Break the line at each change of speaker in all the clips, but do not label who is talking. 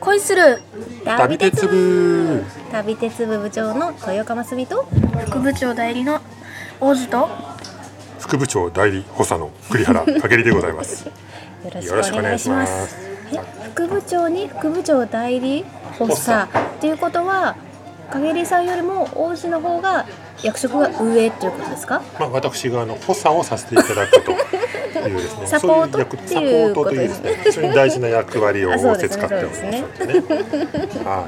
恋する
旅鉄部
旅鉄部部長の豊川澄と
副部長代理の王子と
副部長代理補佐の栗原かけりでございます
よろしくお願いしますえ副部長に副部長代理補佐っていうことは影里さんよりも王子の方が役職が上っていうことですか
まあ私側の補佐をさせていただくというです ね
サポートって
そ
いう
うう役サポートというですね非常に大事な役割を
あそう
仰
で
せ
す
つ
ね
かっておりますのでねはい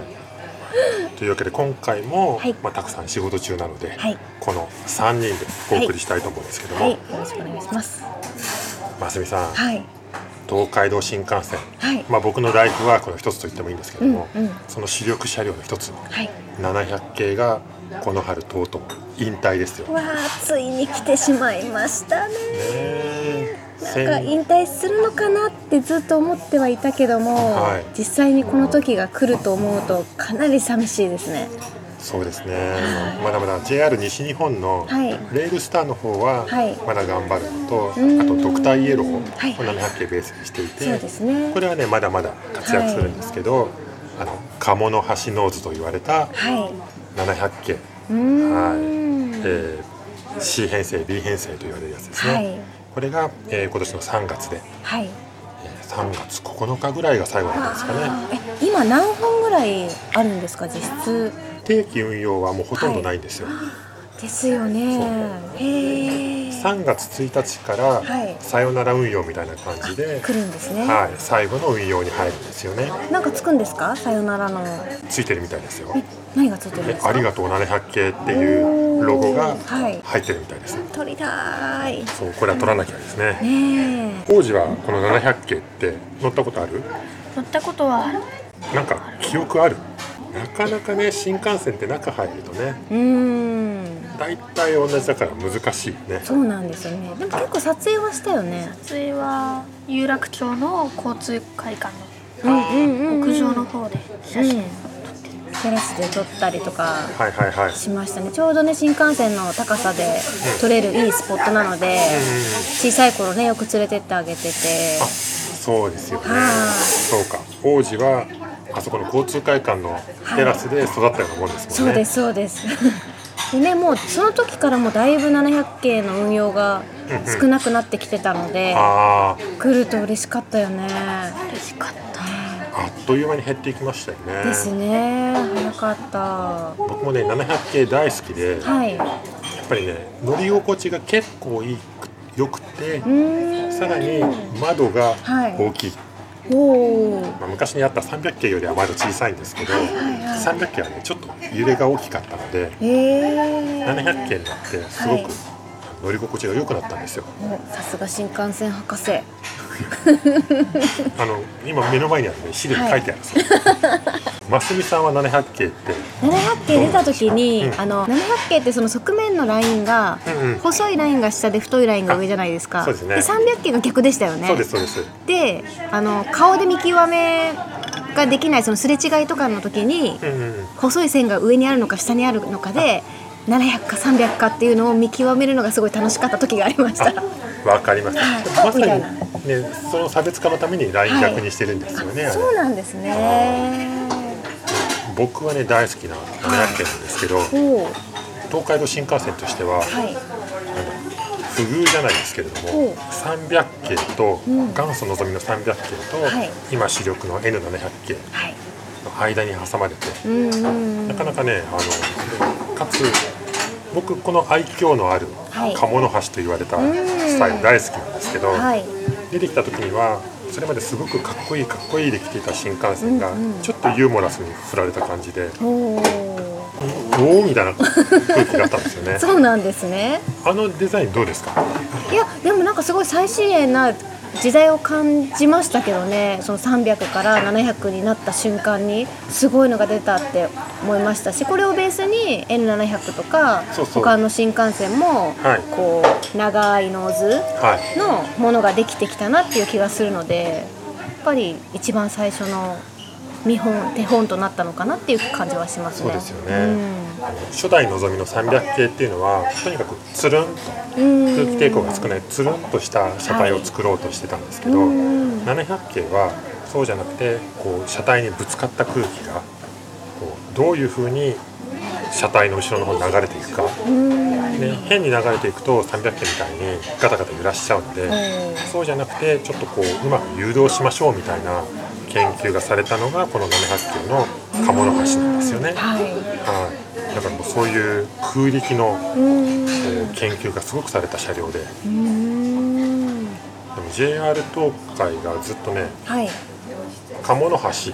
というわけで今回も、
はい
まあ、たくさん仕事中なので、
はい
この3人でお送りしたいと思うんですけども、
はいよろしくお願いします
ますみさん、
はい
東海道新幹線、
はい
まあ、僕のライフワークの一つと言ってもいいんですけども、
うんうん
その主力車両の一つ
はい
700系がこの春とうとう引退ですよ。ね
わあついに来てしまいましたね
え
なんか引退するのかなってずっと思ってはいたけども、
はい
実際にこの時が来ると思うとかなり寂しいですね
そうですね、まだまだ JR 西日本の
はい
レールスターの方は
はい
まだ頑張るのと、
ーん
あとドクターイエローを
はい
700系ベースにしていて、
そうですね
これはねまだまだ活躍するんですけど、あの鴨の橋ノーズと言われ
は
た
い
700系、
うーん
えー C 編成 B 編成と言われるやつですね、
はい
これが、えー今年の3月で、
はい
えー3月9日ぐらいが最後だったんですかね。
あーえ今何本ぐらいあるんですか実質
定期運用はもうほとんどないんですよ、
ですよねへえ
3月1日から
はい
さよなら運用みたいな感じで、
来るんですね、
はい、最後の運用に入るんですよね
なんかつくんですかさよならのえ
ついてるみたいですよ
何がついてるん
で
ですか
ありがとう700系っていうロゴが
はい
入ってるみたいです
取りたーい
そうこれは取らなきゃですね
ねえ
王子はこの700系って乗ったことある
乗ったことは
なんか記憶あるなかなかね新幹線って中入るとね
うーん
大体同じだから難しいよね
そうなんですよねでも結構撮影はしたよね
それは有楽町の交通会館
うんうんうん、
の
うん、
屋上の方で写真を撮ってる、
テラスで撮ったりとか
はいはいはい
しましたねちょうどね新幹線の高さで撮れるいいスポットなので小さい頃ねよく連れてってあげてて
あそうですよね
はい
そうか王子はあそこの交通会館のテラスで育ったようなもんです
そ
も
うん
ね、
ですそうです でねもうその時からもうだいぶ700系の運用が少なくなってきてたので
あー
来ると嬉しかったよね
嬉しかった
あっという間に減っていきましたよね
ですね早かった
僕もね700系大好きで、や
はい
っぱりね乗り心地が結構いいくよくて、
うーん
さらに窓が
はい
大きい、
おお
まあ、昔にあった300系よりは窓小さいんですけど、300系はねちょっと揺れが大きかったので
ええ
700系になってすごく、
はい
乗り心地が良くなったんですよ
おさすが新幹線博士
あの今目の前にあるね資料に書いてあるんですよ。 ますみさんは700系って、
700系出た時に、
うん
あの700系ってその側面のラインが、
うんうん
細いラインが下で太いラインが上じゃないですか
あそうですね
300系が逆でしたよね
そうですそうです。
であの顔で見極めができないそのすれ違いとかの時に、
うんうん、
細い線が上にあるのか下にあるのかで700か300かっていうのを見極めるのがすごい楽しかった時がありました
あ、わかります。
はい
まさ
みたいな
にね、その差別化のためにライン逆にしてるんですよね。あれ
そうなんですね
僕はね大好きな700系なんですけど、
おう
東海道新幹線としては
はい
不遇じゃないですけれど
お
も、300系と
うん
元祖のぞみの300系と
はい
今主力の N700 系
はい
の間に挟まれて。
うんうんう
なんかなかね、あのかつ僕この愛嬌のある
はい
鴨の橋と言われたスタイル大好きなんですけど、
はい
出てきた時にはそれまですごくかっこいいかっこいいで来ていた新幹線が
うんうん
ちょっとユーモラスに振られた感 じで、
おお
おおみたいな空気があったんですよね
そうなんですね
あのデザインどうですか
いやでもなんかすごい最新鋭な時代を感じましたけどねその300から700になった瞬間にすごいのが出たって思いましたしこれをベースに N700 とか
そうそう
他の新幹線も
はい
こう長いノーズ
はい
のものができてきたなっていう気がするのでやっぱり一番最初の見本手本となったのかなっていう感じはしますね。
そうですよね、あの初代のぞみの300系っていうのはとにかくつるんと
うん
空気抵抗が少ないつるんとした車体を作ろうとしてたんですけど、
うん
700系はそうじゃなくてこう車体にぶつかった空気がこうどういうふうに車体の後ろの方に流れていくか、ね、変に流れていくと300件みたいにガタガタ揺らしちゃうので、そうじゃなくてちょっとこううまく誘導しましょうみたいな研究がされたのがこの700キロの鴨の橋なんですよね。
は
はい、だからもうそういう空力の、
い。うん。
えー研究がすごくされた車両でで
うん。
も JR 東海がずっとね
はい。
鴨の橋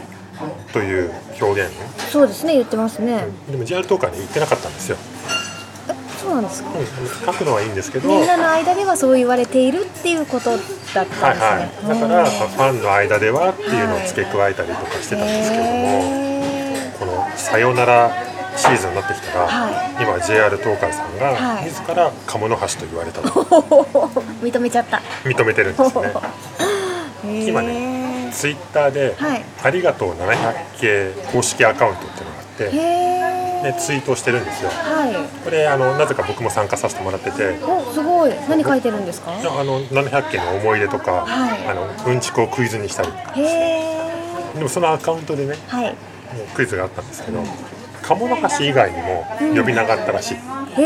という表現
そうですね、言ってますね。
でも JR 東海ね言ってなかったんですよ、
そうなんですか。
うん、書くのはいいんですけど
みんなの間ではそう言われているっていうことだったんですね。
はいはい、だからまあファンの間ではっていうのを付け加えたりとかしてたんですけども、
へ
この「さよなら」シーズンになってきたら、
は
今 JR 東海さんが
はい
自ら鴨の橋と言われた と
ー認めちゃった。
認めてるんで すね今
ね。
ツイッターで、
はい
ありがとう700系公式アカウントっていうのがあって、
へえ。
でツイートをしてるんですよ
はい。
これあのなぜか僕も参加させてもらってて
お、すごい。何書いてるんですか。
いやあの700系の思い出とか、
はい
あのうんちくをクイズにしたり
へえ。
でもそのアカウントでね
はい。
もうクイズがあったんですけど鴨の橋以外にも呼び名があったらしい、
へ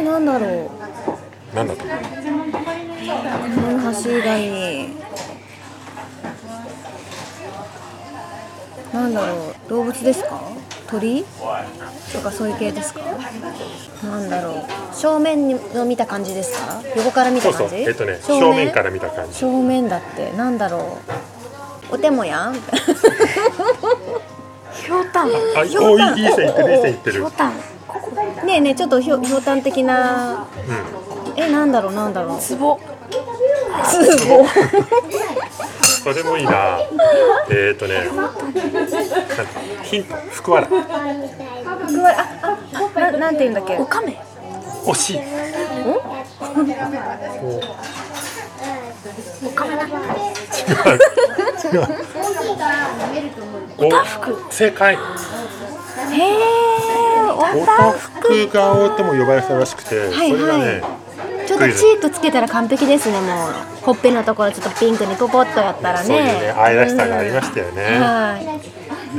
え、なんだろう。
なんだと思う
この橋以外に。なんだろう、動物ですか。鳥。とか、そういう系ですか。なんだろう。正面に、の見た感じですか。横から見
そ
た
うそ
感
う
じ。
えっとね正面から見た感じ
正面だって、なんだろう。お手もやん。
ひょうたんひ
あおいいい線いってるいい線いってる
ょうたんここ
ねえねえ、ちょっとひょ、ひょうたん的な。え、なんだろう、なんだろう。
ツボ
すごい。
それもいいなえっと ねヒント福笑い
うわ あ、あ、ななんて言うんだっけ
お。かめ
惜しいお
おかめだ
違うお正解
へえ、お
お
た
た
ふ
ふく顔とも呼ばれてたらしくて、
はい
それがね
ちょっとチークつけたら完璧ですね、もう。ほっぺのところちょっとピンクにポポッとやったらね。
そういうね愛らしさがありましたよね、
うんはい。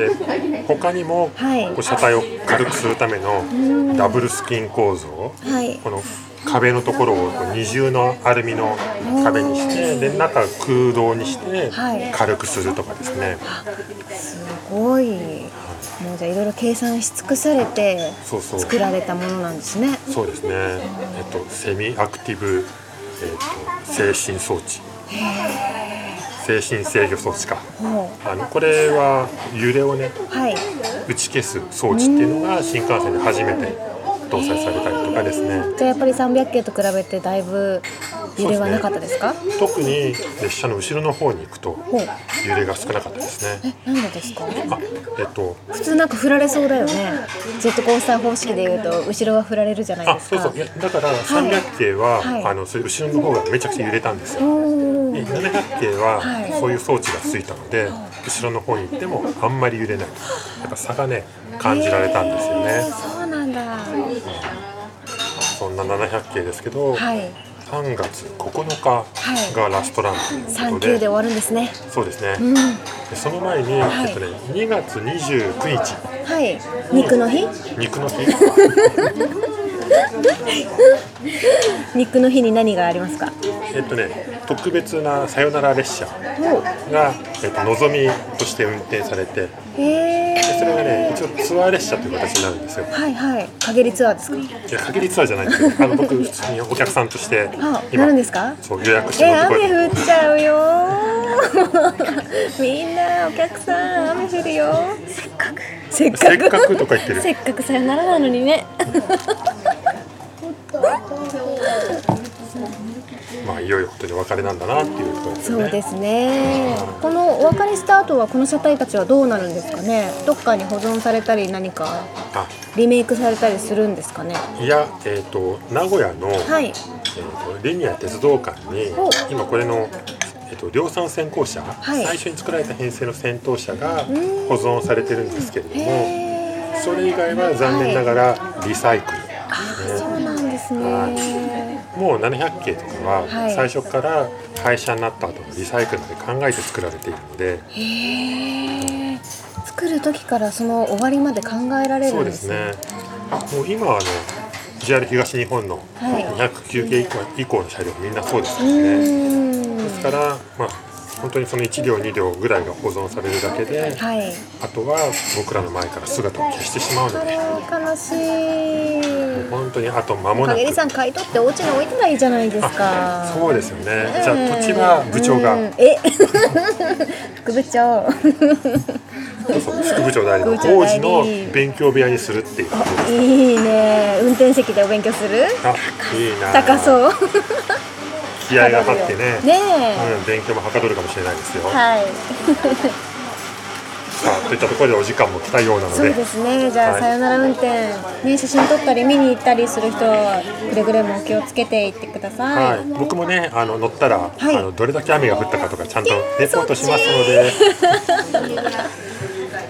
で他にも、
はい
こう車体を軽くするためのダブルスキン構造、
はい
この壁のところをこう二重のアルミの壁にしてで中空洞にして
はい
軽くするとかですね、
すごい。もうじゃあいろいろ計算し尽くされて
そうそう
作られたものなんですね。
そうですね、えっと、セミアクティブ、えっと、精神装置精神制御装置か
ほ
あのこれは揺れをね
う。はい。
打ち消す装置っていうのが新幹線で初めて搭載されたりとかですね
じゃあやっぱり300系と比べてだいぶ揺れはなかったですか？
特に列車の後ろの方に行くと
ほう。
揺れが少なかったですね
なんでですか？
あえっと
普通なんか振られそうだよね。ジェットコースター方式で言うと後ろは振られるじゃない
あ
です
そ
か。
うそういやだから300系は、
はい
あのそれ後ろの方がめちゃくちゃ揺れたんですよ
おー
で700系は
はい
そういう装置がついたので後ろの方に行ってもあんまり揺れないやっぱ差がね感じられたんですよ
へ
ね
ーそうなんだ。
そんな700系ですけど、
はい。
3月9日がラストランという
三
こ
級
と
で
で、
終わるんですね。
そうですね、
うん。
でその前に、
い
えっとね、2月29日
はい。肉の日？
肉の日
肉の日に何がありますか？
えっとね特別なさよなら列車
お。
が、えっと、のぞみとして運転されてで
へえ。
それがね一応ツアー列車という形になるんですよ
はいはい。陰りツアーですか？
いや限りツアーじゃないんですけどあの僕普通にお客さんとして
あなるんですか
そう予約して
え
るところ
雨降っちゃうよ。 みんなお客さん雨降るよ。せっかく。
せっかくとか言ってる
せっかくさよならなのにね。
まあいよいよことでお別れなんだなっていうところです
そう
ね
ですね。このお別れした後はこの車体たちはどうなるんですかね。どっかに保存されたり何か
あ
リメイクされたりするんですかね。
いやえっ、と名古屋の、
はい。
えー、とリニア鉄道館に
お
今これの、えー、と量産先行車、
い
最初に作られた編成の先頭車が保存されてるんですけれども
へー
それ以外は残念ながらリサイクル、
あーそうなんですね。
もう700系とかは
はい
最初から廃車になった後のリサイクルまで考えて作られているので
へえ作る時からその終わりまで考えられ
そ
る
うんで
ですす
ねもう今はあの JR 東日本の
はい
209系以降以降の車両みんなそうです
う
よね。
ーん
ですから、まあ、本当にその1両2両ぐらいが保存されるだけで
はい
あとは僕らの前から姿を消してしまうので
あら悲しい
本当にあと間
お
も
か
なく
げりさん買い取ってお家に置いたらいいじゃないですか
あそうですよね
うん
じゃあ土地は部長が
うんえ 副部 長
そうそう副部長代理
副
の
部長
工
代
事
理
の勉強部屋にするっていう
いいね運転席でお勉強する
あいいな
高
う
そう
気合が張ってね
ね
うん、勉強もはかどるかもしれないですよ、
えはい
さあといったところでお時間も来たようなの
そう
で
ですねじゃ
は
あ
い
さよなら運転ね写真撮ったり見に行ったりする人はくれぐれもお気をつけていってくださ
はいい、僕もねあの乗ったら、
い
あのどれだけ雨が降ったかとかちゃんとレポートしますので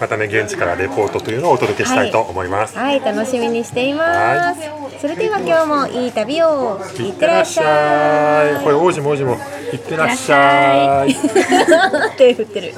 またね現地からレポートというのをお届けしたいと思います、
はい楽しみにしていますそれでは今日もいい旅を
い
いっ
って
て
ら
ら
っ
っ
し
し
ゃ
ゃ
い
い
これ王子も王子も いってらっしゃい
手振ってる